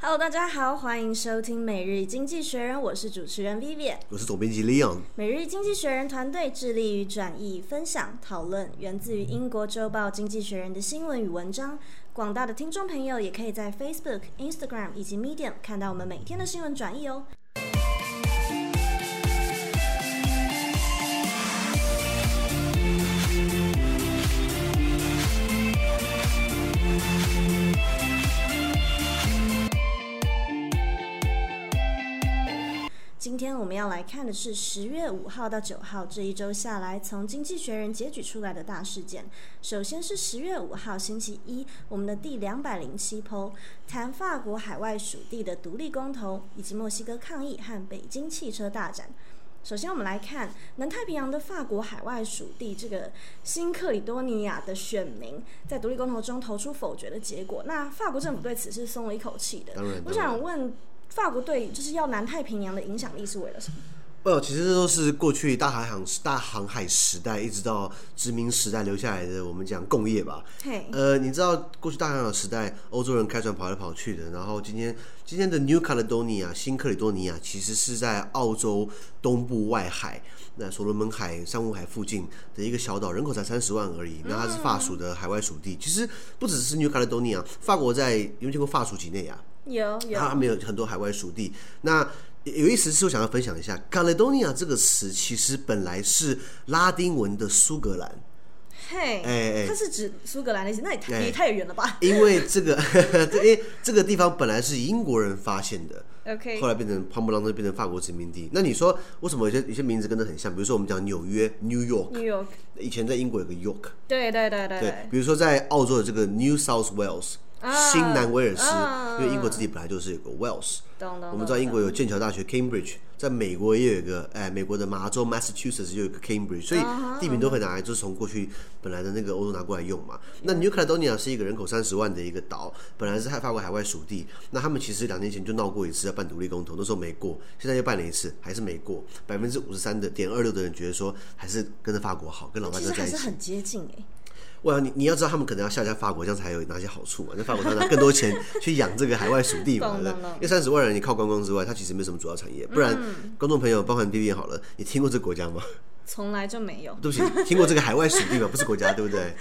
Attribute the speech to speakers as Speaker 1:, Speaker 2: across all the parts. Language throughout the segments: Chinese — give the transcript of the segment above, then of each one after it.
Speaker 1: Hello，大家好，欢迎收听《每日经济学人》，我是主持人 Vivian。
Speaker 2: 我是总编辑 Leon。
Speaker 1: 每日经济学人团队致力于转译、分享、讨论源自于英国周报《经济学人》的新闻与文章。广大的听众朋友也可以在 Facebook、Instagram 以及 Medium 看到我们每天的新闻转译哦。今天我们要来看的是十月五号到九号这一周下来，从《经济学人》截取出来的大事件。首先是十月五号星期一，我们的第两百零七剖谈法国海外属地的独立公投，以及墨西哥抗议和北京汽车大展。首先，我们来看南太平洋的法国海外属地这个新克里多尼亚的选民在独立公投中投出否决的结果。那法国政府对此是松了一口气的。
Speaker 2: 当然
Speaker 1: 我
Speaker 2: 当然
Speaker 1: 想问，法国对就是要南太平洋的影响力是为了什么？
Speaker 2: 哦，其实这都是过去大航海大航海时代一直到殖民时代留下来的，我们讲工业吧。
Speaker 1: 嘿，
Speaker 2: 呃，你知道过去大航海时代，欧洲人开船跑来跑去的。然后今天今天的 New Caledonia 新克里多尼亚其实是在澳洲东部外海，那所罗门海、珊瑚海附近的一个小岛，人口才三十万而已。那它是法属的海外属地。其实不只是 New Caledonia，法国在有没有见过法属几内亚？
Speaker 1: 有有，
Speaker 2: 他们有很多海外属地。那有意思是我想要分享一下，Caledonia 这个词其实本来是拉丁文的苏格兰，
Speaker 1: 嘿，
Speaker 2: 哎哎
Speaker 1: 它是指苏格兰那些，那也太
Speaker 2: 哎
Speaker 1: 也太远了吧
Speaker 2: 因为这个 这因为这个地方本来是英国人发现的。
Speaker 1: ？OK，
Speaker 2: 后来变成潘布朗就变成法国殖民地。那你说为什么有些有些名字跟得很像？比如说我们讲纽约 （New York），
Speaker 1: New York，
Speaker 2: 以前在英国有个 York，
Speaker 1: 对对对对
Speaker 2: 对，比如说在澳洲的这个 New South Wales，、
Speaker 1: 啊
Speaker 2: 新南威尔斯，
Speaker 1: 啊
Speaker 2: 因为英国自己本来就是有个 Wales，
Speaker 1: 懂懂。
Speaker 2: 我们知道
Speaker 1: 懂
Speaker 2: 英国有剑桥大学 Cambridge，在美国也有一个，哎，美国的麻州 Massachusetts 也有一个 Cambridge，所以
Speaker 1: 啊
Speaker 2: 地名都会拿来，就是从过去本来的那个欧洲拿过来用嘛。那 New Caledonia 是一个人口三十万的一个岛，本来是海法国海外属地，那他们其实两年前就闹过一次要办独立公投，那时候没过，现在又办了一次，还是没过，百分之五十三的点二六的人觉得说还是跟着法国好，跟老大
Speaker 1: 其
Speaker 2: 哥
Speaker 1: 实
Speaker 2: 在
Speaker 1: 还
Speaker 2: 一
Speaker 1: 是
Speaker 2: 起。
Speaker 1: 很接近哎。
Speaker 2: 哇，你你要知道，他们可能要下架法国，这样才有哪些好处嘛？那法国他拿更 多钱去养这个海外属地嘛，
Speaker 1: 懂
Speaker 2: 对
Speaker 1: 懂
Speaker 2: 不对
Speaker 1: 懂？
Speaker 2: 因为三十万人，你靠观光之外，它其实没什么主要产业。不然，
Speaker 1: 嗯
Speaker 2: 观众朋友，包含 B B 好了，你听过这个国家吗？
Speaker 1: 从来就没有，
Speaker 2: 对不起，听过这个海外属地吗？不是国家，对不对？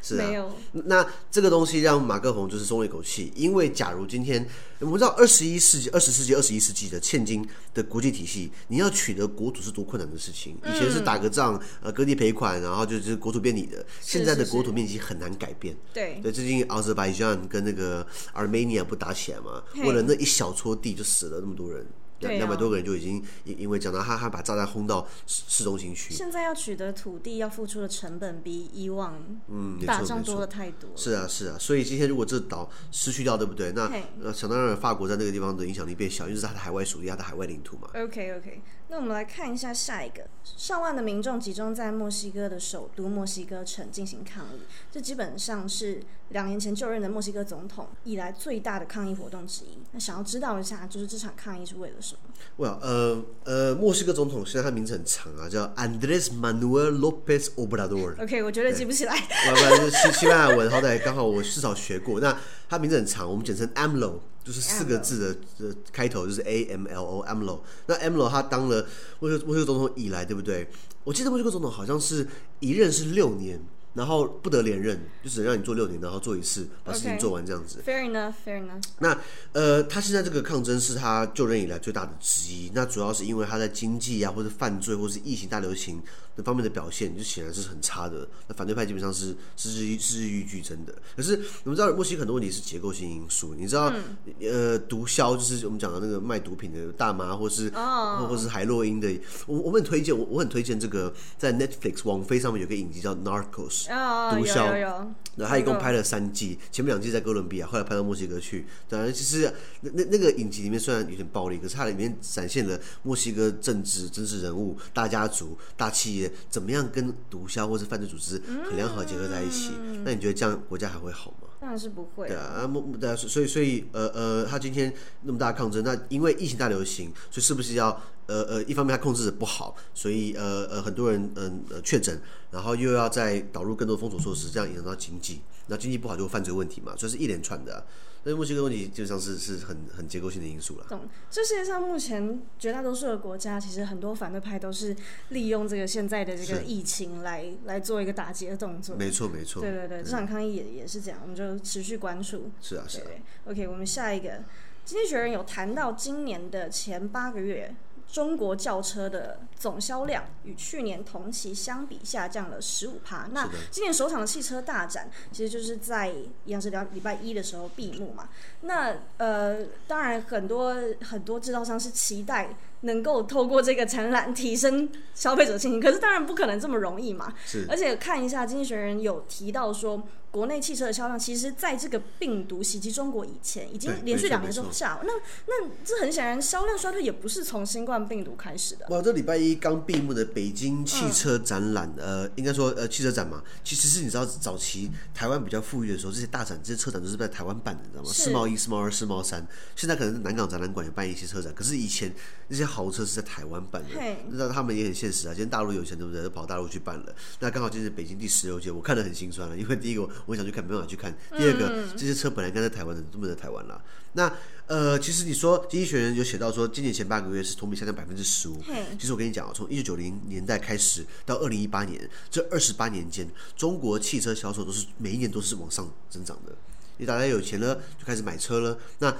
Speaker 2: 是啊
Speaker 1: 没。有，
Speaker 2: 那这个东西让马克宏就是松了一口气，因为假如今天我们知道二十一世纪、二十世纪、二十一世纪的现今的国际体系，你要取得国主是多困难的事情。
Speaker 1: 嗯
Speaker 2: 以前是打个仗，呃，割地赔款，然后就就是国土变你的，现在的
Speaker 1: 是
Speaker 2: 国土面积很难改变。
Speaker 1: 对，
Speaker 2: 对，最近 Azerbaijan 跟那个 Armenia 不打起来嘛，
Speaker 1: 嘿
Speaker 2: 为了那一小撮地就死了那么多人，两
Speaker 1: 对啊
Speaker 2: 两百多个人就已经因因为讲到他他把炸弹轰到市市中心去，
Speaker 1: 现在要取得土地要付出的成本比以往
Speaker 2: 嗯，没
Speaker 1: 打
Speaker 2: 错
Speaker 1: 仗
Speaker 2: 没
Speaker 1: 多了
Speaker 2: 错。
Speaker 1: 太多了。
Speaker 2: 是啊，是啊，所以今天如果这岛失去掉，对不对？那
Speaker 1: 嘿
Speaker 2: 呃，想当然，法国在那个地方的影响力变小，因为这是它的海外属地，它的海外领土嘛。
Speaker 1: OK OK，那我们来看一下下一个，上万的民众集中在墨西哥的首都墨西哥城进行抗议，这基本上是两年前就任的墨西哥总统以来最大的抗议活动之一。那想要知道一下，就是这场抗议是为了什么？
Speaker 2: 哇，呃呃，墨西哥总统现在他名字很长啊，叫 Andrés Manuel López Obrador。
Speaker 1: OK，我绝对记不起来。
Speaker 2: 我我就是西西班牙文，好歹刚好我至少学过。那它名字很长，我们简称 AMLO，就是四个字的呃开头，就是 A M L O AMLO。那 AMLO 他当了墨西哥墨西哥总统以来，对不对？我记得墨西哥总统好像是一任是六年，然后不得连任，就只能让你做六年，然后做一次，把事情
Speaker 1: OK
Speaker 2: 做完这样子。
Speaker 1: Fair enough，Fair enough。
Speaker 2: 那呃，他现在这个抗争是他就任以来最大的之一。那主要是因为他在经济啊，或者犯罪，或是疫情大流行那方面的表现，就显然是很差的。那反对派基本上是是日是日益俱增的。可是我们知道，墨西哥很多问题是结构性因素。你知道，呃，毒枭就是我们讲的那个卖毒品的大麻，或是、或或是海洛因的。我我们很推荐，我我很推荐这个在 Netflix 网飞上面有个影集叫《Narcos》。
Speaker 1: 哦，
Speaker 2: 毒
Speaker 1: 有
Speaker 2: 枭
Speaker 1: 有有，
Speaker 2: 然后他一共拍了三季，前面两季在哥伦比亚，后来拍到墨西哥去。当然，其实那那那个影集里面虽然有点暴力，可是它里面展现了墨西哥政治、政治人物、大家族、大企业怎么样跟毒枭或是犯罪组织很良好地结合在一起。那你觉得这样国家还会好吗？
Speaker 1: 当然是不会
Speaker 2: 对
Speaker 1: 了。
Speaker 2: 啊，墨对啊，所以所以呃呃，他今天那么大的抗争，那因为疫情大流行，所以是不是要呃呃，一方面他控制的不好，所以呃呃，很多人嗯呃确诊，然后又要再导入更多封锁措施，这样影响到经济，那经济不好就有犯罪问题嘛，所以是一连串的啊、但是墨西哥问题基本上是是很很结构性的因素啦。
Speaker 1: 懂，这世界上目前绝大多数的国家，其实很多反对派都是利用这个现在的这个
Speaker 2: 是
Speaker 1: 疫情来来做一个打击的动作。
Speaker 2: 没错没错，
Speaker 1: 对对对，这场抗议也也是这样，我们就持续关注。
Speaker 2: 是啊是
Speaker 1: 对
Speaker 2: 啊，
Speaker 1: ，OK，我们下一个，经济学人有谈到今年的前八个月，中国轿车的总销量与去年同期相比下降了十五趴。那
Speaker 2: 是的
Speaker 1: 今年首场的汽车大展，其实就是在一样是礼礼拜一的时候闭幕嘛。那呃，当然很多很多制造商是期待。能够透过这个展览提升消费者信心，可是当然不可能这么容易嘛。
Speaker 2: 是
Speaker 1: 而且看一下《经济学人》有提到说，国内汽车的销量其实在这个病毒袭击中国以前，已经
Speaker 2: 对
Speaker 1: 连续
Speaker 2: 没错
Speaker 1: 两年都
Speaker 2: 没错
Speaker 1: 下哦滑。那那这很显然，销量衰退也不是从新冠病毒开始的。
Speaker 2: 哇，这礼拜一刚闭幕的北京汽车展览，呃，应该说呃汽车展嘛，其实是你知道早期台湾比较富裕的时候，这些大展、这些车展都是在台湾办的，你知道吗？
Speaker 1: 是
Speaker 2: 世贸一、世贸二、世贸三，现在可能南港展览馆也办一些车展，可是以前那些豪车是在台湾办的
Speaker 1: 嘿，
Speaker 2: 那他们也很现实啊。今天大陆有钱，对不对？就跑大陆去办了。那刚好今天是北京第十六届，我看得很心酸啊了，因为第一个我我想去看，没办法去看；第二个、
Speaker 1: 嗯
Speaker 2: 这些车本来应该在台湾的，都没有在台湾啦。那呃，其实你说经济学人有写到说，今年前八个月是同比下降百分之十五
Speaker 1: 嘿。
Speaker 2: 其实我跟你讲啊，从一九九零年代开始到二零一八年这二十八年间，中国汽车销售都是每一年都是往上增长的。因为大家有钱了，就开始买车了。那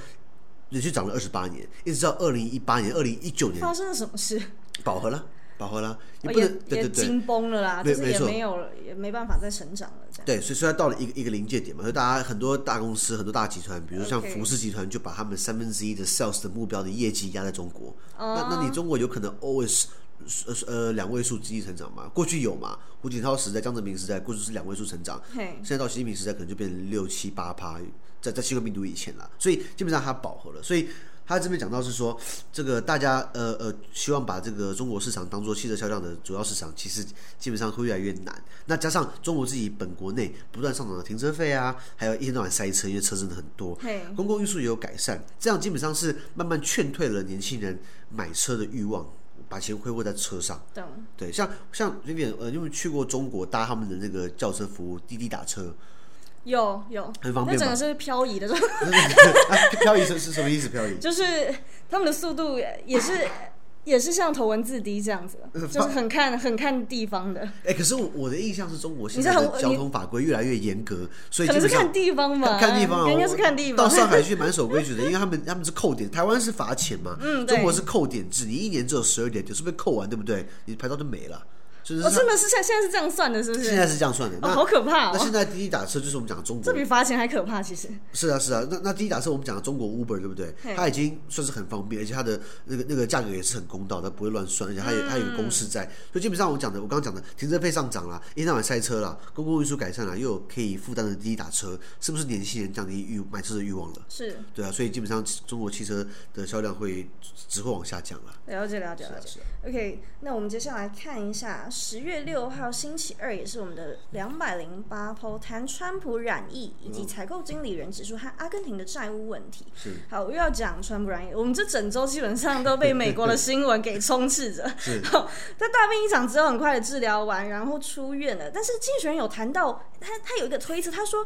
Speaker 2: 连续涨了二十八年，一直到二零一八年、二零一九年
Speaker 1: 发生了什么事？
Speaker 2: 饱和了，饱和了。你
Speaker 1: 哦
Speaker 2: 不
Speaker 1: 也
Speaker 2: 能、对
Speaker 1: 也
Speaker 2: 对对，
Speaker 1: 紧绷了啦，
Speaker 2: 没
Speaker 1: 就是也
Speaker 2: 没错
Speaker 1: 没有了，也没办法再成长了，这样。
Speaker 2: 对，所以说它到了一个一个临界点嘛，所以大家很多大公司、很多大集团，比如像
Speaker 1: OK
Speaker 2: 福斯集团，就把他们三分之一的 sales 的目标的业绩压在中国。那那你中国有可能 always 呃呃两位数经济成长吗？过去有嘛？胡锦涛时代、江泽民时代，过去是两位数成长，
Speaker 1: 嘿，
Speaker 2: 现在到习近平时代可能就变成六七八趴，在在新冠病毒以前啦，所以基本上它饱和了，所以。他这边讲到是说，这个大家呃呃，希望把这个中国市场当做汽车销量的主要市场，其实基本上会越来越难。那加上中国自己本国内不断上涨的停车费啊，还有一天到晚塞车，因为车真的很多，
Speaker 1: 嘿，
Speaker 2: 公共运输也有改善，这样基本上是慢慢劝退了年轻人买车的欲望，把钱挥霍在车上。
Speaker 1: 懂。
Speaker 2: 对，像像 Vivian，呃，你有没有去过中国搭他们的那个轿车服务滴滴打 车？
Speaker 1: 有有，
Speaker 2: 很方
Speaker 1: 那
Speaker 2: 便
Speaker 1: 整
Speaker 2: 吧
Speaker 1: 个是漂移的，
Speaker 2: 啊漂移是是什么意思？漂移？
Speaker 1: 就是他们的速度也是也是像头文字 D 这样子的，
Speaker 2: 呃
Speaker 1: 就是很看很看地方的，
Speaker 2: 哎、可是我我的印象是中国现
Speaker 1: 你是
Speaker 2: 在
Speaker 1: 很
Speaker 2: 的交通法规越来越严格，所以
Speaker 1: 可
Speaker 2: 基
Speaker 1: 能是
Speaker 2: 本上
Speaker 1: 看地方吧，
Speaker 2: 看看地方啊，
Speaker 1: 应该
Speaker 2: 我
Speaker 1: 是看地方。
Speaker 2: 到上海去蛮守规矩的，因为他们他们是扣点，台湾是罚钱嘛，
Speaker 1: 嗯对
Speaker 2: 中国是扣点制，你一年只有十二点，就是被扣完，对不对？你牌照就没了，所以
Speaker 1: 哦，
Speaker 2: 是
Speaker 1: 真的是现现在是这样算的，是不
Speaker 2: 现
Speaker 1: 是？
Speaker 2: 在是这样算的。
Speaker 1: 哦，
Speaker 2: 那、
Speaker 1: 好可怕
Speaker 2: 那
Speaker 1: 哦！
Speaker 2: 现在滴滴打车就是我们讲的中国
Speaker 1: 这比罚钱还可怕，其实。
Speaker 2: 是啊，是啊，那那第一打是我们讲的中国 Uber 对不对
Speaker 1: 嘿？
Speaker 2: 它已经算是很方便，而且它的那个那个价格也是很公道，它不会乱算，而且它有它有一个公式在，所以基本上我讲的，我刚刚讲的停车费上涨啦，一天到晚塞车啦，公共运输改善啦，又有可以负担的滴滴打车，是不是年轻人降低欲买车的欲望了？
Speaker 1: 是，
Speaker 2: 对啊，所以基本上中国汽车的销量会只会往下降啊啦。
Speaker 1: 了解了解了解。OK，那我们接下来看一下十月六号星期二，也是我们的两百零八剖谈川普染疫以及采购经理人指数和阿根廷的债务问题。
Speaker 2: 是
Speaker 1: 好，又要讲川普染疫，我们这整周基本上都被美国 的新闻给充斥着。
Speaker 2: 是
Speaker 1: 好，他大病一场之后很快的治疗完，然后出院了。但是经纪人有谈到，他他有一个推测，他说。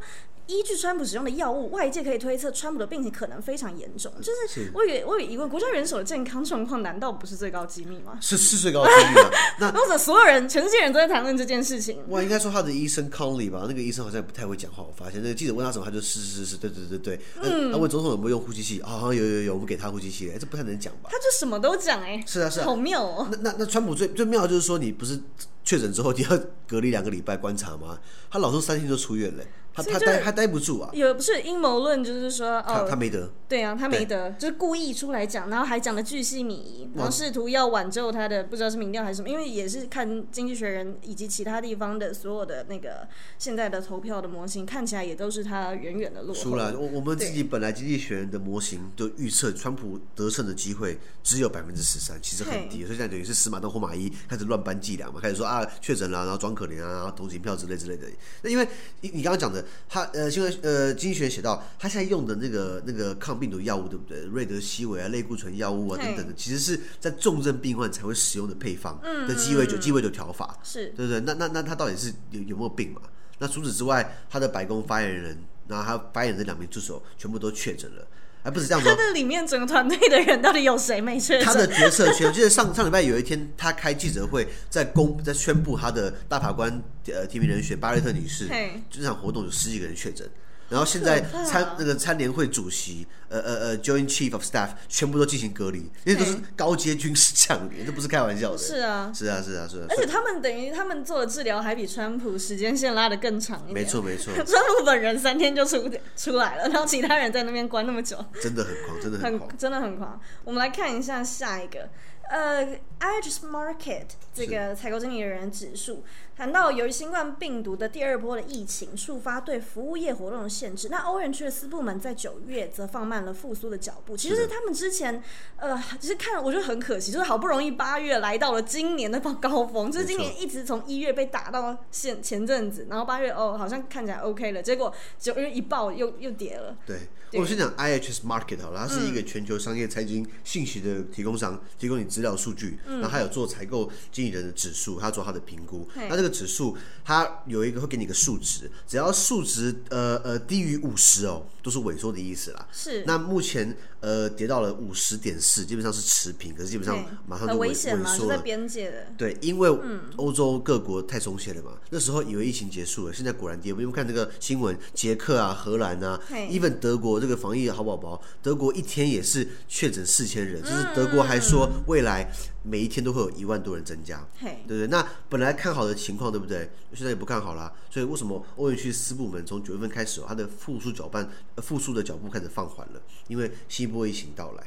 Speaker 1: 依据川普使用的药物，外界可以推测川普的病情可能非常严重。就是
Speaker 2: 是
Speaker 1: 我有我有疑问，国家元首的健康状况难道不是最高机密吗？
Speaker 2: 是是最高的频率了。那
Speaker 1: 或者所有人，全世界人都在谈论这件事情？
Speaker 2: 哇，应该说他的医生康利吧，那个医生好像也不太会讲话。我发现那个记者问他什么，他就是是是，对对对对。嗯，他问总统有没有用呼吸器，啊好像有有有，我们给他呼吸器，哎这不太能讲吧？
Speaker 1: 他就什么都讲哎、
Speaker 2: 是啊是啊
Speaker 1: 好。妙哦、
Speaker 2: 那那那川普最最妙的就是说，你不是确诊之后你要隔离两个礼拜观察吗？他老说三天就出院了，他
Speaker 1: 所以
Speaker 2: 他
Speaker 1: 就是
Speaker 2: 待他待不住啊，
Speaker 1: 有不是阴谋论，就是说
Speaker 2: 他
Speaker 1: 哦
Speaker 2: 他，没得。
Speaker 1: 对啊，他没得，就是故意出来讲，然后还讲的巨细靡遗，然后试图要挽救他的不知道是民调还是什么，因为也是看《经济学人》以及其他地方的所有的那个现在的投票的模型，看起来也都是他远远的落
Speaker 2: 输
Speaker 1: 后。
Speaker 2: 了，我我们自己本来经济学人的模型就预测川普得胜的机会只有百分之十三，其实很低，所以现在等于是死马当活马医，开始乱搬伎俩嘛，开始说啊确诊了，然后装可怜啊，然后投警票之类之类的。那因为你你刚刚讲的，他呃新闻呃经济学人写到，他现在用的那个那个抗病毒药物对不对？瑞德西韦啊、类固醇药物啊
Speaker 1: 嘿
Speaker 2: 等等的，其实是在重症病患才会使用的配方
Speaker 1: 嗯
Speaker 2: 的鸡尾酒鸡尾酒调法。
Speaker 1: 是
Speaker 2: 对不对？那那那他到底是有有没有病嘛？那除此之外，他的白宫发言人然后他发言人的两名助手全部都确诊了，还不止这样子
Speaker 1: 他
Speaker 2: 哦，
Speaker 1: 的里面整个团队的人到底有谁没确
Speaker 2: 他
Speaker 1: 诊？
Speaker 2: 的决策权，我记得上上礼拜有一天，他开记者会，在公在宣布他的大法官呃提名人选巴瑞特女士
Speaker 1: 嘿，
Speaker 2: 这场活动有十几个人确诊。然后现在
Speaker 1: 可怕啊
Speaker 2: 参那个参联会主席，呃呃呃，Joint Chief of Staff 全部都进行隔离，因为都是
Speaker 1: 嘿
Speaker 2: 高阶军事将领，这不是开玩笑的。
Speaker 1: 是啊，
Speaker 2: 是啊是啊是啊，
Speaker 1: 而且他们等于他们做的治疗还比川普时间线拉得更长一点。
Speaker 2: 没错没错，
Speaker 1: 川普本人三天就出出来了，然后其他人在那边关那么久，
Speaker 2: 真的很狂，真的很狂
Speaker 1: 很。真的很狂。我们来看一下下一个，呃，IHS Market 这个采购经理人指数谈到由于新冠病毒的第二波的疫情触发对服务业活动的限制，那欧元区的四部门在九月则放慢了复苏的脚步。其实
Speaker 2: 是的
Speaker 1: 他们之前，呃，其实看了我觉得很可惜，就是好不容易八月来到了今年的高峰，就是今
Speaker 2: 没错
Speaker 1: 年一直从一月被打到现前阵子，然后八月哦好像看起来 OK 了，结果九月一爆又又跌了。
Speaker 2: 对，
Speaker 1: 对嗯
Speaker 2: 我先讲 IHS Market 好了，它是一个全球商业财经信息的提供商，提供你资料数据，
Speaker 1: 嗯
Speaker 2: 然后它有做采购经理人的指数，它做它的评估。
Speaker 1: 嘿
Speaker 2: 那这个指数它有一个会给你一个数值，只要数值呃呃低于五十哦，都是萎缩的意思啦。
Speaker 1: 是，
Speaker 2: 那目前呃跌到了五十点四，基本上是持平，可是基本上
Speaker 1: 对
Speaker 2: 马上就
Speaker 1: 很危
Speaker 2: 萎萎
Speaker 1: 险嘛，就
Speaker 2: 缩
Speaker 1: 在
Speaker 2: 了。
Speaker 1: 边界的。
Speaker 2: 对，因为欧洲各国太松懈了嘛，那时候以为疫情结束了，现在果然跌。我们看这个新闻，捷克啊、荷兰啊
Speaker 1: 嘿
Speaker 2: ，even 德国这个防疫好宝宝，德国一天也是确诊四千人，就是德国还说未来每一天都会有一万多人增加。
Speaker 1: 嘿，
Speaker 2: 对不对？那本来看好的情况，对不对？现在也不看好啦。所以为什么欧元区四部门从九月份开始哦，它的复苏搅拌、呃复苏的脚步开始放缓了，因为新一波疫情到来。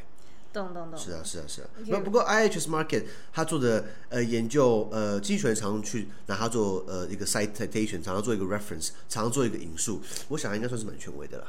Speaker 1: 懂懂懂。
Speaker 2: 是啊，是啊，是啊。
Speaker 1: OK
Speaker 2: 那不过 IHS Market 他做的呃研究呃，经济学人常常去拿它做呃一个 citation，常常做一个 reference，常常做一个引述。我想应该算是蛮权威的啦。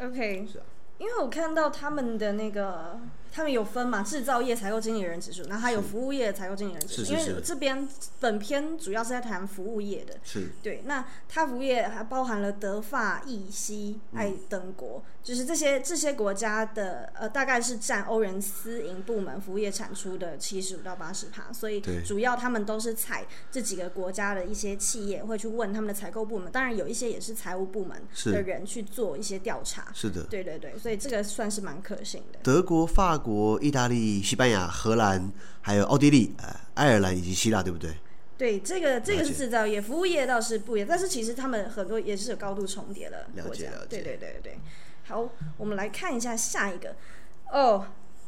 Speaker 1: OK，
Speaker 2: 是啊
Speaker 1: 因为我看到他们的那个，他们有分嘛，制造业采购经理人指数，然后还有服务业采购经理人指数。
Speaker 2: 是是
Speaker 1: 因为
Speaker 2: 是
Speaker 1: 这边本篇主要是在谈服务业的。
Speaker 2: 是
Speaker 1: 对，那它服务业还包含了德法意西
Speaker 2: 嗯
Speaker 1: 爱登国，就是这些这些国家的呃，大概是占欧元私营部门服务业产出的七十五到八十趴，所以
Speaker 2: 对
Speaker 1: 主要他们都是采这几个国家的一些企业会去问他们的采购部门，当然有一些也是财务部门
Speaker 2: 是
Speaker 1: 的人去做一些调查。
Speaker 2: 是的，
Speaker 1: 对对对，所以这个算是蛮可信的。
Speaker 2: 德国、法国、意大利、西班牙、荷兰，还有奥地利、呃、爱尔兰以及希腊，对不对？
Speaker 1: 对，这个这个
Speaker 2: 了
Speaker 1: 是
Speaker 2: 解
Speaker 1: 制造业，服务业倒是不一样，但是其实他们很多也是有高度重叠的
Speaker 2: 了
Speaker 1: 国
Speaker 2: 解
Speaker 1: 家
Speaker 2: 了。
Speaker 1: 对
Speaker 2: 解
Speaker 1: 对对对，好，我们来看一下下一个哦，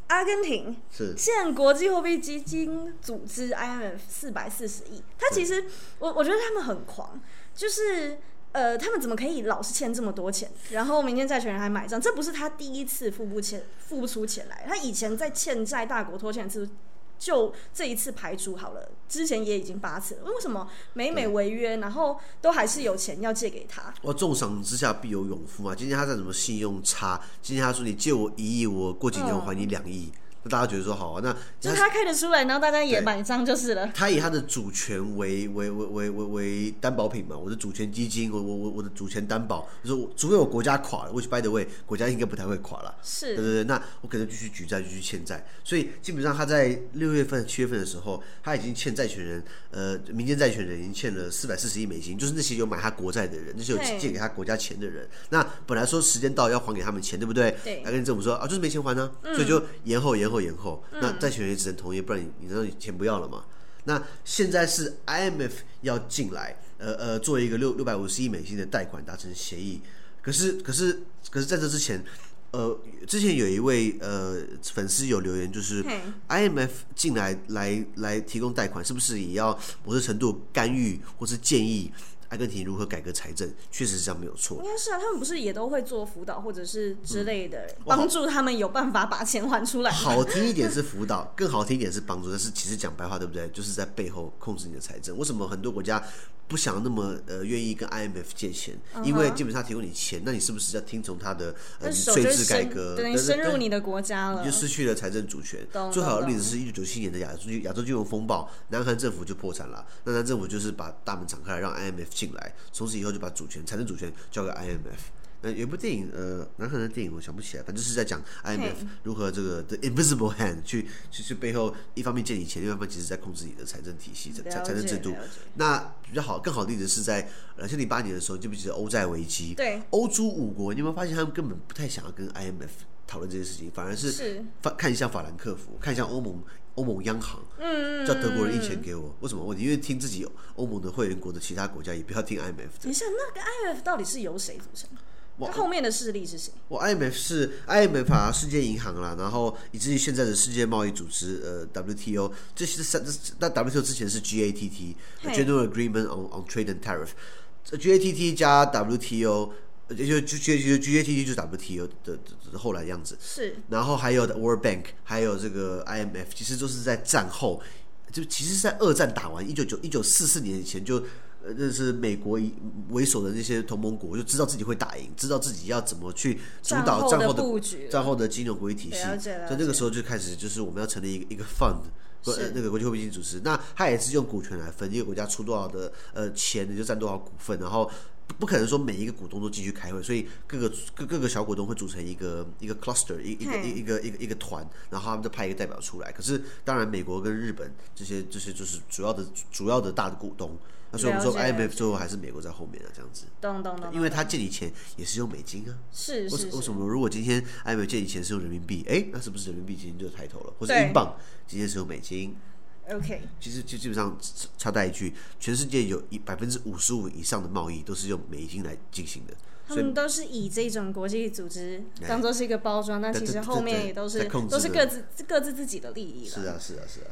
Speaker 1: 阿根廷
Speaker 2: 是
Speaker 1: 现国际货币基金组织 IMF 四百四十亿，它其实我我觉得他们很狂，就是。呃，他们怎么可以老是欠这么多钱？然后民间债权人还买账，这不是他第一次付不钱付不出钱来，他以前在欠债大国拖欠的次数就这一次排除好了，之前也已经八次了，为什么每每违约，然后都还是有钱要借给他？
Speaker 2: 哇，重赏之下必有勇夫嘛。今天他再怎么信用差，今天他说你借我一亿，我过几年我还你两亿，那大家觉得说好啊，那
Speaker 1: 就是他开得出来，然后大家也
Speaker 2: 对
Speaker 1: 买账就是 了。
Speaker 2: 他以他的主权为为为为为为担保品嘛，我的主权基金，我我我我的主权担保，就是我除非我国家垮了，which by the way，国家应该不太会垮了。对
Speaker 1: 是，
Speaker 2: 对对，那我可能继续举债，继续欠债，所以基本上他在六月份、七月份的时候，他已经欠债权人，呃，民间债权人已经欠了四百四十亿美金，就是那些有买他国债的人，那些有
Speaker 1: 对
Speaker 2: 借给他国家钱的人。那本来说时间到要还给他们钱，对不对？
Speaker 1: 对嗯
Speaker 2: 来跟政府说啊，就是没钱还呢、所以就延后、延后、延后。那债权人也只能同意，不然你你知道你钱不要了嘛？那现在是 IMF 要进来，呃呃，做一个六六百五十亿美金的贷款达成协议。可是可是可是在这之前，呃，之前有一位呃粉丝有留言，就是
Speaker 1: 嘿
Speaker 2: IMF 进来来来提供贷款，是不是也要某些程度干预或是建议阿根廷如何改革财政？确实是这样没有错
Speaker 1: 应。该是啊，他们不是也都会做辅导或者是之类的，
Speaker 2: 哇
Speaker 1: 帮助他们有办法把钱还出来吗。
Speaker 2: 嗯好听一点是辅导，更好听一点是帮助，但是其实讲白话，对不对？就是在背后控制你的财政。为什么很多国家不想那么呃愿意跟 IMF 借钱？因为基本上他提供你钱，那你是不是要听从他的
Speaker 1: 嗯那
Speaker 2: 呃你
Speaker 1: 手
Speaker 2: 税
Speaker 1: 就
Speaker 2: 制改
Speaker 1: 深
Speaker 2: 革？
Speaker 1: 等于
Speaker 2: 对对
Speaker 1: 深入
Speaker 2: 对
Speaker 1: 你的国家了
Speaker 2: 你就。失去了财政主权
Speaker 1: 嗯懂。
Speaker 2: 最好的
Speaker 1: 懂
Speaker 2: 例子是一九九七年的亚洲亚洲金融风暴，南韩政府就破产了。那南韩政府就是把大门敞开来，让 IMF 进来，从此以后就把主权财政主权交给 IMF。呃，有一部电影，呃，南韩的电影我想不起来，反正就是在讲 IMF 如何这个 The Invisible Hand 去去去背后一方面借你钱，另外一方面其实在控制你的财政体系、财财财政制度
Speaker 1: 了。解
Speaker 2: 那比较好、更好的例子是在呃两千零八年的时候，你记不记得欧债危机？
Speaker 1: 对，
Speaker 2: 欧洲五国，你有没有发现他们根本不太想要跟 IMF 讨论这件事情，反而是
Speaker 1: 是
Speaker 2: 法看一下法兰克福，看一下欧盟欧盟央行，嗯，叫德国人印钱给我，为什么问题？因为听自己欧盟的会员国的其他国家，也不要听 IMF 的
Speaker 1: 等。一下，那个 IMF 到底是由谁组成？
Speaker 2: 哇
Speaker 1: 它后面的势力是谁？
Speaker 2: 我 IMF 是 IMF 啊，世界银行啦，然后以至于现在的世界贸易组织呃 WTO，这是三这那 WTO 之前是 GATT
Speaker 1: 嘿
Speaker 2: General Agreement on on Trade and Tariff，这 GATT 加 WTO 呃就就就就 GATT 就是 WTO 的的的后来的样子，
Speaker 1: 是
Speaker 2: 然后还有 World Bank，还有这个 IMF，其实都是在战后，就其实是在二战打完，一九九一九四四年以前就。呃，那是美国以为首的那些同盟国，就知道自己会打赢，知道自己要怎么去主
Speaker 1: 战
Speaker 2: 导
Speaker 1: 后
Speaker 2: 战
Speaker 1: 的
Speaker 2: 后的
Speaker 1: 布局了
Speaker 2: 战后的金融国际体系
Speaker 1: 了解了。
Speaker 2: 在那个时候就开始，就是我们要成立一个一个 fund。国
Speaker 1: 是
Speaker 2: 那个国际货币基金组织，那它也是用股权来分，一个国家出多少的呃钱，你就占多少股份，然后不不可能说每一个股东都进去开会，所以各个各各个小股东会组成一个一个 cluster，一一个
Speaker 1: 嘿
Speaker 2: 一一个一个一个团，然后他们就派一个代表出来。可是当然，美国跟日本这些这些就是主要的主要的大的股东，那所以我们说
Speaker 1: 了解
Speaker 2: IMF 最后还是美国在后面啊，这样子，
Speaker 1: 咚咚咚，
Speaker 2: 因为他借你钱也是用美金啊。
Speaker 1: 是
Speaker 2: 为
Speaker 1: 是
Speaker 2: 什为
Speaker 1: 是
Speaker 2: 什么？如果今天 IMF 借你钱是用人民币，哎、那是不是人民币今天就抬头了？或者
Speaker 1: 对
Speaker 2: 英镑今天是用美金？
Speaker 1: ，OK，
Speaker 2: 其实就基本上插带一句，全世界有一百分之五十五以上的贸易都是用美金来进行的，
Speaker 1: 他
Speaker 2: 所以
Speaker 1: 们都是以这种国际组织当做是一个包装，但
Speaker 2: 对
Speaker 1: 其
Speaker 2: 对
Speaker 1: 实
Speaker 2: 对
Speaker 1: 后面
Speaker 2: 对
Speaker 1: 也都是
Speaker 2: 在控制
Speaker 1: 都是
Speaker 2: 的
Speaker 1: 各自各自自己的利益了。
Speaker 2: 是啊是啊是啊，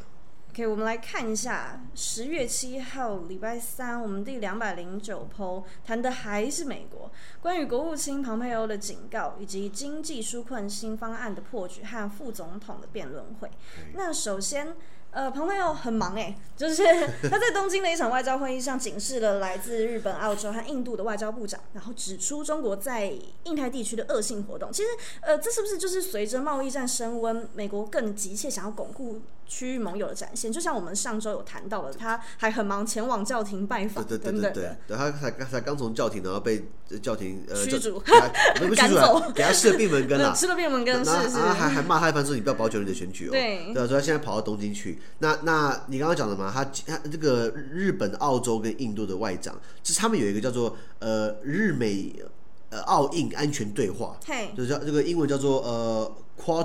Speaker 1: OK，我们来看一下十月七号礼拜三，我们第两百零九剖谈的还是美国，关于国务卿蓬佩欧的警告以及经济纾困新方案的破局和副总统的辩论会。那首先。呃，蓬佩奥很忙哎、 就是他在东京的一场外交会议上警示了来自日本、澳洲和印度的外交部长，然后指出中国在印太地区的恶性活动。其实，呃，这是不是就是随着贸易战升温，美国更急切想要巩固区域盟友的展现？就像我们上周有谈到了，他还很忙前往教廷拜
Speaker 2: 对
Speaker 1: 访
Speaker 2: 对对
Speaker 1: 等
Speaker 2: 对
Speaker 1: 等
Speaker 2: 对
Speaker 1: 啊的。，
Speaker 2: 对他才才刚从教廷，然后被呃教廷呃
Speaker 1: 驱
Speaker 2: 教
Speaker 1: 逐
Speaker 2: 给他不是驱
Speaker 1: 赶
Speaker 2: 逐
Speaker 1: 走
Speaker 2: 啊，给他设闭 门羹
Speaker 1: 那
Speaker 2: 啦。
Speaker 1: 吃了变门羹，
Speaker 2: 然后
Speaker 1: 是是
Speaker 2: 然后还还骂他一番说你不要保久你的选举哦，
Speaker 1: 对
Speaker 2: 啊，所以他现在跑到东京去。那那你刚刚讲的嘛，他他这个日本、澳洲跟印度的外长，就是他们有一个叫做呃日美呃澳印安全对话，
Speaker 1: 嘿，
Speaker 2: 就叫这个英文叫做呃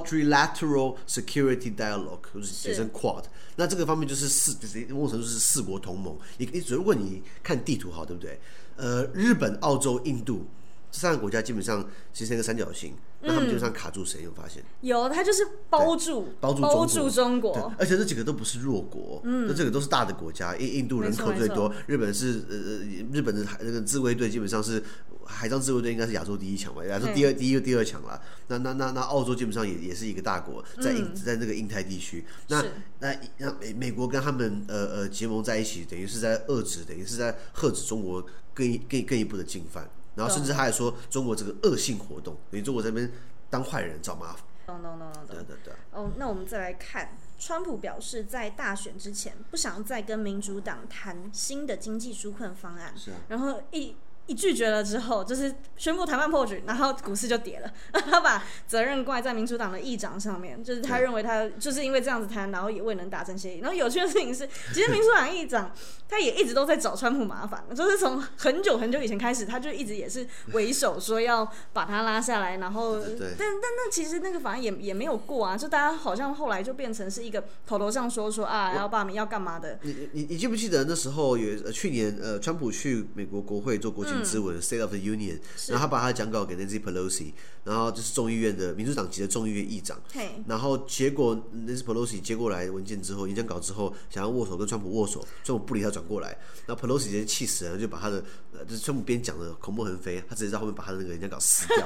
Speaker 2: quadrilateral security dialogue，就是简称 quad。那这个方面就是四，就是某种程度是四国同盟。你你如果你看地图好，对不对？呃，日本、澳洲、印度这三个国家基本上形成一个三角形，那他们基本上卡住谁？有没有发现？
Speaker 1: 有他就是包住
Speaker 2: 包住中
Speaker 1: 包
Speaker 2: 国
Speaker 1: 住中
Speaker 2: 对
Speaker 1: 国，，
Speaker 2: 而且这几个都不是弱国，嗯，那这个都是大的国家，印印度人口
Speaker 1: 没错
Speaker 2: 最多，日本是呃呃日本的海那个自卫队基本上是海上自卫队应该是亚洲第一强吧，亚洲第二第一第二强啦。那那那那澳洲基本上也也是一个大国，在印、在那个印太地区，
Speaker 1: 嗯
Speaker 2: 那
Speaker 1: 是
Speaker 2: 那那美美国跟他们呃呃结盟在一起，等于是在遏制，等于是在遏制中国更一更更一步的进犯。然后甚至他还说中国这个恶性活动，等于中国这边当坏人找麻烦，
Speaker 1: 咚咚咚咚
Speaker 2: 对
Speaker 1: 咚。
Speaker 2: 对对。
Speaker 1: 哦，那我们再来看，川普表示在大选之前不想再跟民主党谈新的经济纾困方案，
Speaker 2: 是啊
Speaker 1: 然后一。一拒绝了之后，就是宣布谈判破局，然后股市就跌了。 他把责任怪在民主党的议长上面，就是他
Speaker 2: 对
Speaker 1: 认为他就是因为这样子谈，然后也未能达成协议。然后有趣的事情是，其实民主党议长他也一直都在找川普麻烦，就是从很久很久以前开始，他就一直也是为首说要把他拉下来，然后
Speaker 2: 对对对
Speaker 1: 但但那其实那个法案也也没有过啊，就大家好像后来就变成是一个口头上说说啊要罢免要干嘛的，
Speaker 2: 你你你记不记得那时候有呃去年呃，川普去美国国会做国情咨
Speaker 1: 嗯
Speaker 2: 文、s t a t e of the Union），然后他把他的讲稿给 Nancy Pelosi，然后就是众议院的民主党籍的众议院议长，
Speaker 1: 嘿，
Speaker 2: 然后结果 Nancy Pelosi 接过来文件之后，演讲稿之后，想要握手跟川普握手，川普不理他转过来，然后 Pelosi 直接气死了，就把他的呃就是川普边讲的口沫横飞，他直接在后面把他的那个演讲稿撕掉，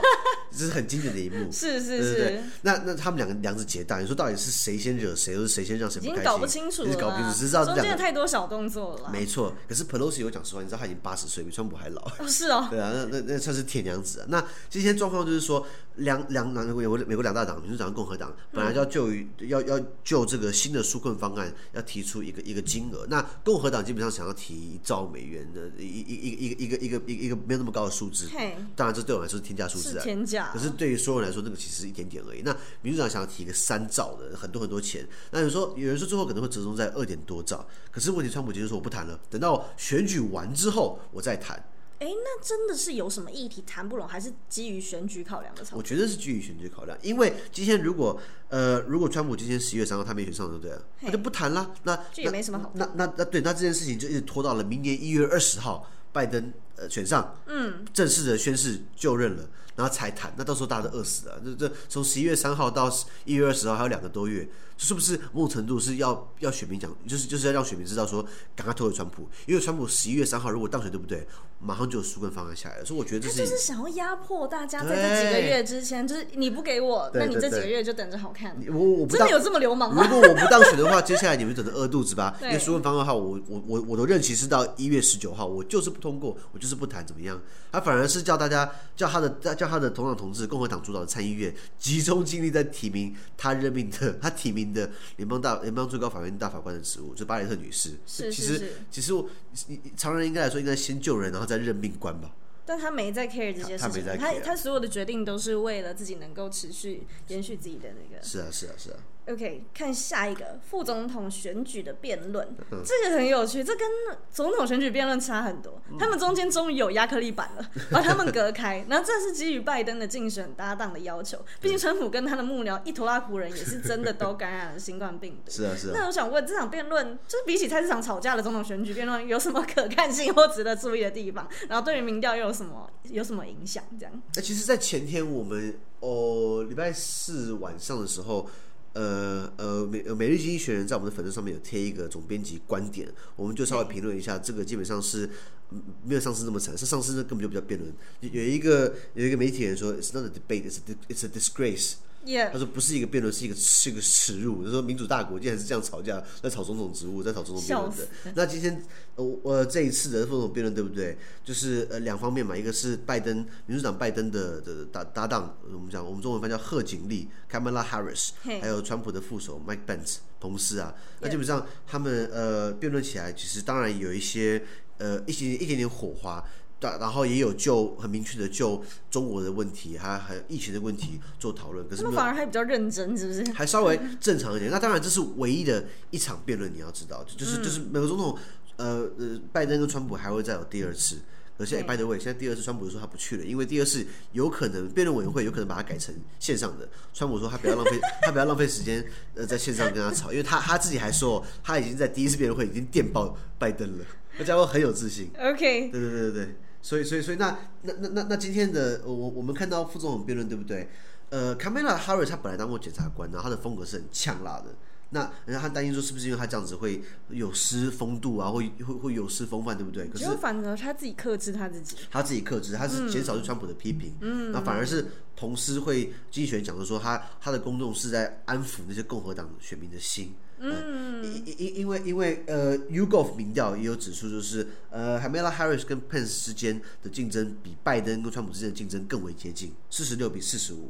Speaker 2: 这是很经典的一幕。
Speaker 1: 是是
Speaker 2: 对
Speaker 1: 是，
Speaker 2: 对对，那那他们两个梁子结大，你说到底是谁先惹谁，又是谁先让谁
Speaker 1: 已
Speaker 2: 不开
Speaker 1: 经
Speaker 2: 心？
Speaker 1: 搞不清楚
Speaker 2: 已
Speaker 1: 了
Speaker 2: 经
Speaker 1: 啦，
Speaker 2: 搞不清楚，只知道这
Speaker 1: 中间
Speaker 2: 两个
Speaker 1: 有太多小动作了啦，
Speaker 2: 没错，可是 Pelosi 有讲实话，你知道他已经八十岁，比川普还老。
Speaker 1: 哦，是哦，
Speaker 2: 对啊，那那那算是铁娘子啊。那这些状况就是说，两两两美国美国两大党，民主党、共和党，本来就要就于要要就这个新的纾困方案，要提出一个一个金额。那共和党基本上想要提一兆美元的一一一一个一个一个一个一个没有那么高的数字，
Speaker 1: 嘿，
Speaker 2: 当然这对我来说是天价数字
Speaker 1: 是
Speaker 2: 啊。
Speaker 1: 天价
Speaker 2: 可，是对于所有人来说，那个其实一点点而已。那民主党想要提一个三兆的，很多很多钱。那有时候有人说最后可能会折中在二点多兆，可是问题川普就是说我不谈了，等到选举完之后我再谈。
Speaker 1: 哎，那真的是有什么议题谈不拢，还是基于选举考量的
Speaker 2: 我
Speaker 1: 草？
Speaker 2: 觉得是基于选举考量，因为今天如果呃，如果川普今天十一月三号他没选上，对不对？
Speaker 1: 嘿
Speaker 2: 那就不谈了。那
Speaker 1: 这也没什么好
Speaker 2: 那那那那对，那这件事情就一直拖到了明年一月二十号，拜登呃选上，嗯，正式的宣誓就任了，然后才谈。那到时候大家都饿死了。这这从十一月三号到一月二十号还有两个多月，是不是某种程度是要要选民讲，就是就是要让选民知道说，赶快投给川普，因为川普十一月三号如果当选，对不对？马上就有纾困方案下来了，所以我觉得这
Speaker 1: 他
Speaker 2: 是
Speaker 1: 就是想要压迫大家，在这几个
Speaker 2: 对
Speaker 1: 月之前，就是你不给我，
Speaker 2: 对
Speaker 1: 那你
Speaker 2: 对
Speaker 1: 这几
Speaker 2: 对
Speaker 1: 个月就等着好看。
Speaker 2: 我我不
Speaker 1: 真
Speaker 2: 当
Speaker 1: 的有这么流氓
Speaker 2: 如
Speaker 1: 吗？
Speaker 2: 果我不当选的话，接下来你们等着饿肚子吧。因
Speaker 1: 对
Speaker 2: 为苏文芳的话，我我我我的任期是到一月十九号，我就是不通过，我就是不谈，怎么样？他反而是叫大家叫他的叫他的同党同志，共和党主导的参议院集中精力在提名他任命的 他提名的联邦大联邦最高法院大法官的职务，就巴雷特女士。
Speaker 1: 是
Speaker 2: 其
Speaker 1: 是
Speaker 2: 实
Speaker 1: 是，
Speaker 2: 其实我你你常人应该来说，应该先救人，然后再任命官吧。
Speaker 1: 但他没在 care 这些事
Speaker 2: 他他没
Speaker 1: 情，
Speaker 2: 在
Speaker 1: 他
Speaker 2: care
Speaker 1: 他所有的决定都是为了自己能够持续延续自己的那个。
Speaker 2: 是啊，是啊，是啊。
Speaker 1: OK，看下一个副总统选举的辩论，
Speaker 2: 嗯
Speaker 1: 这个很有趣，这跟总统选举辩论差很多。
Speaker 2: 嗯
Speaker 1: 他们中间终于有亚克力板 了，把他们隔开。然后这是基于拜登的竞选搭档的要
Speaker 2: 嗯
Speaker 1: 求，毕竟川普跟他的幕僚一头拉苦人也是真的都感染了新冠病毒。
Speaker 2: 是啊，是啊，
Speaker 1: 那我想问，这场辩论就是比起菜市场吵架的总统选举辩论，有什么可看性或值得注意的地方？然后对于民调又有什么有什么影响？这样
Speaker 2: 那哎其实，在前天我们哦，礼拜四晚上的时候，呃呃，每呃每日经济学人在我们的粉丝上面有贴一个总编辑观点，我们就稍微评论一下。这个基本上是嗯没有上次那么惨，是上次那根本就不叫辩论。有有一个有一个媒体人说，It's not a debate, it's a, dis- it's a disgrace。
Speaker 1: 也、
Speaker 2: 他说不是一个辩论，是一个是一个耻辱。他说民主大国竟然是这样吵架，在吵总统职务，在吵总统辩论
Speaker 1: 笑
Speaker 2: 的
Speaker 1: 死。
Speaker 2: 那今天呃我、呃、这一次的副总统辩论对不对？就是呃两方面嘛，一个是拜登民主党拜登的的搭搭档，呃我们讲我们中文翻叫贺锦丽 （Kamala Harris），
Speaker 1: 嘿
Speaker 2: 还有川普的副手 Mike Pence 同事啊。那基本上他们呃辩论起来，其实当然有一些呃一些一点点火花。对，然后也有就很明确的就中国的问题，还还有疫情的问题做讨论，可是
Speaker 1: 他们
Speaker 2: 没有
Speaker 1: 反而还比较认真，是不是？
Speaker 2: 还稍微正常一点。那当然，这是唯一的一场辩论，你要知道，就就是就是
Speaker 1: 嗯
Speaker 2: 美国总统，呃呃，拜登跟川普还会再有第二次。而且
Speaker 1: 对
Speaker 2: by the way，现在第哎二次川普说他不去了，因为第二次有可能辩论委员会有可能把它改成线上的。川普说他不要 浪费，他不要浪费时间，呃，在线上跟他吵，因为他他自己还说他已经在第一次辩论会已经电爆拜登了，那家伙很有自信。
Speaker 1: OK，
Speaker 2: 对对对对对，所以所以所以那那那那那今天的呃我我们看到副总统辩论对不对？呃，Kamala Harris 她本来当过检察官，然后她的风格是很呛辣的。那人家他担心说是不是因为她这样子会有失风度啊，会会会有失风范，对不对？可是
Speaker 1: 结果反而他自己克制他自己。
Speaker 2: 他自己克制，他是减少对川普的批评，嗯，那反而是同时会经济学讲的说他他的公众是在安抚那些共和党选民的心，嗯，因因因因为因为呃，YouGov 民调也有指出，就是呃，Kamala Harris 跟 Pence 之间的竞争比拜登跟川普之间的竞争更为接近，四十六比四十五，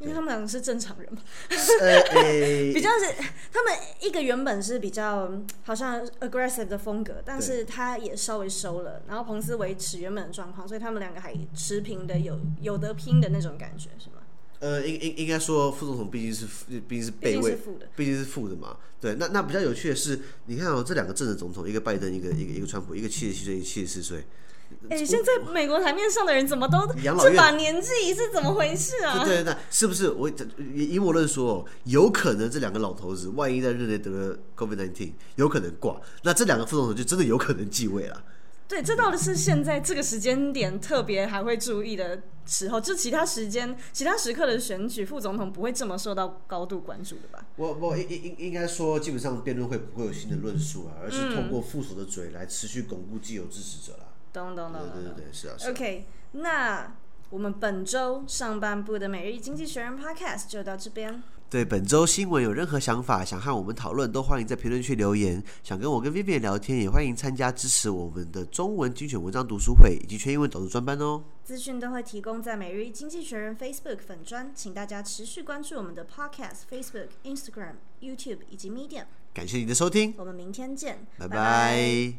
Speaker 1: 因为他们两个是正常人嘛，
Speaker 2: 呃，诶
Speaker 1: 比较是他们一个原本是比较嗯好像 aggressive 的风格，但是他也稍微收了，然后彭斯维持原本的状况，所以他们两个还持平的有有得拼的那种感觉，是吗？
Speaker 2: 呃，应应应该说，副总统毕竟是毕竟是
Speaker 1: 毕
Speaker 2: 备
Speaker 1: 竟
Speaker 2: 位
Speaker 1: 是副的，
Speaker 2: 毕竟是副的嘛。对，那那比较有趣的是，你看哦，这两个正的总统，一个拜登，一个一个一个川普，一个七十七岁，一个七十四岁。
Speaker 1: 哎、现在美国台面上的人怎么都
Speaker 2: 养老
Speaker 1: 这
Speaker 2: 院
Speaker 1: 把年纪是怎么回事啊？
Speaker 2: 对对对，是不是？我以以我论说哦，有可能这两个老头子万一在任内得了 COVID nineteen，有可能挂。那这两个副总统就真的有可能继位了。
Speaker 1: 对，这到底是现在这个时间点特别还会注意的时候，就其他时间、其他时刻的选举，副总统不会这么受到高度关注的吧？
Speaker 2: 我我应应应应该说，基本上辩论会不会有新的论述啊，而
Speaker 1: 嗯
Speaker 2: 是通过副手的嘴来持续巩固既有支持者啦。
Speaker 1: 懂懂懂懂
Speaker 2: 对对对对，是啊是啊。
Speaker 1: OK，那我们本周上半部的《每日经济学人》Podcast 就到这边。
Speaker 2: 对本周新闻有任何想法，想和我们讨论，都欢迎在评论区留言。想跟我跟 Vivian 聊天，也欢迎参加支持我们的中文精选文章读书会以及全英文导读专班哦。
Speaker 1: 资讯都会提供在《每日经济学人》Facebook 粉专，请大家持续关注我们的 Podcast、Facebook、Instagram、YouTube 以及 Medium。
Speaker 2: 感谢你的收听，
Speaker 1: 我们明天见，
Speaker 2: 拜拜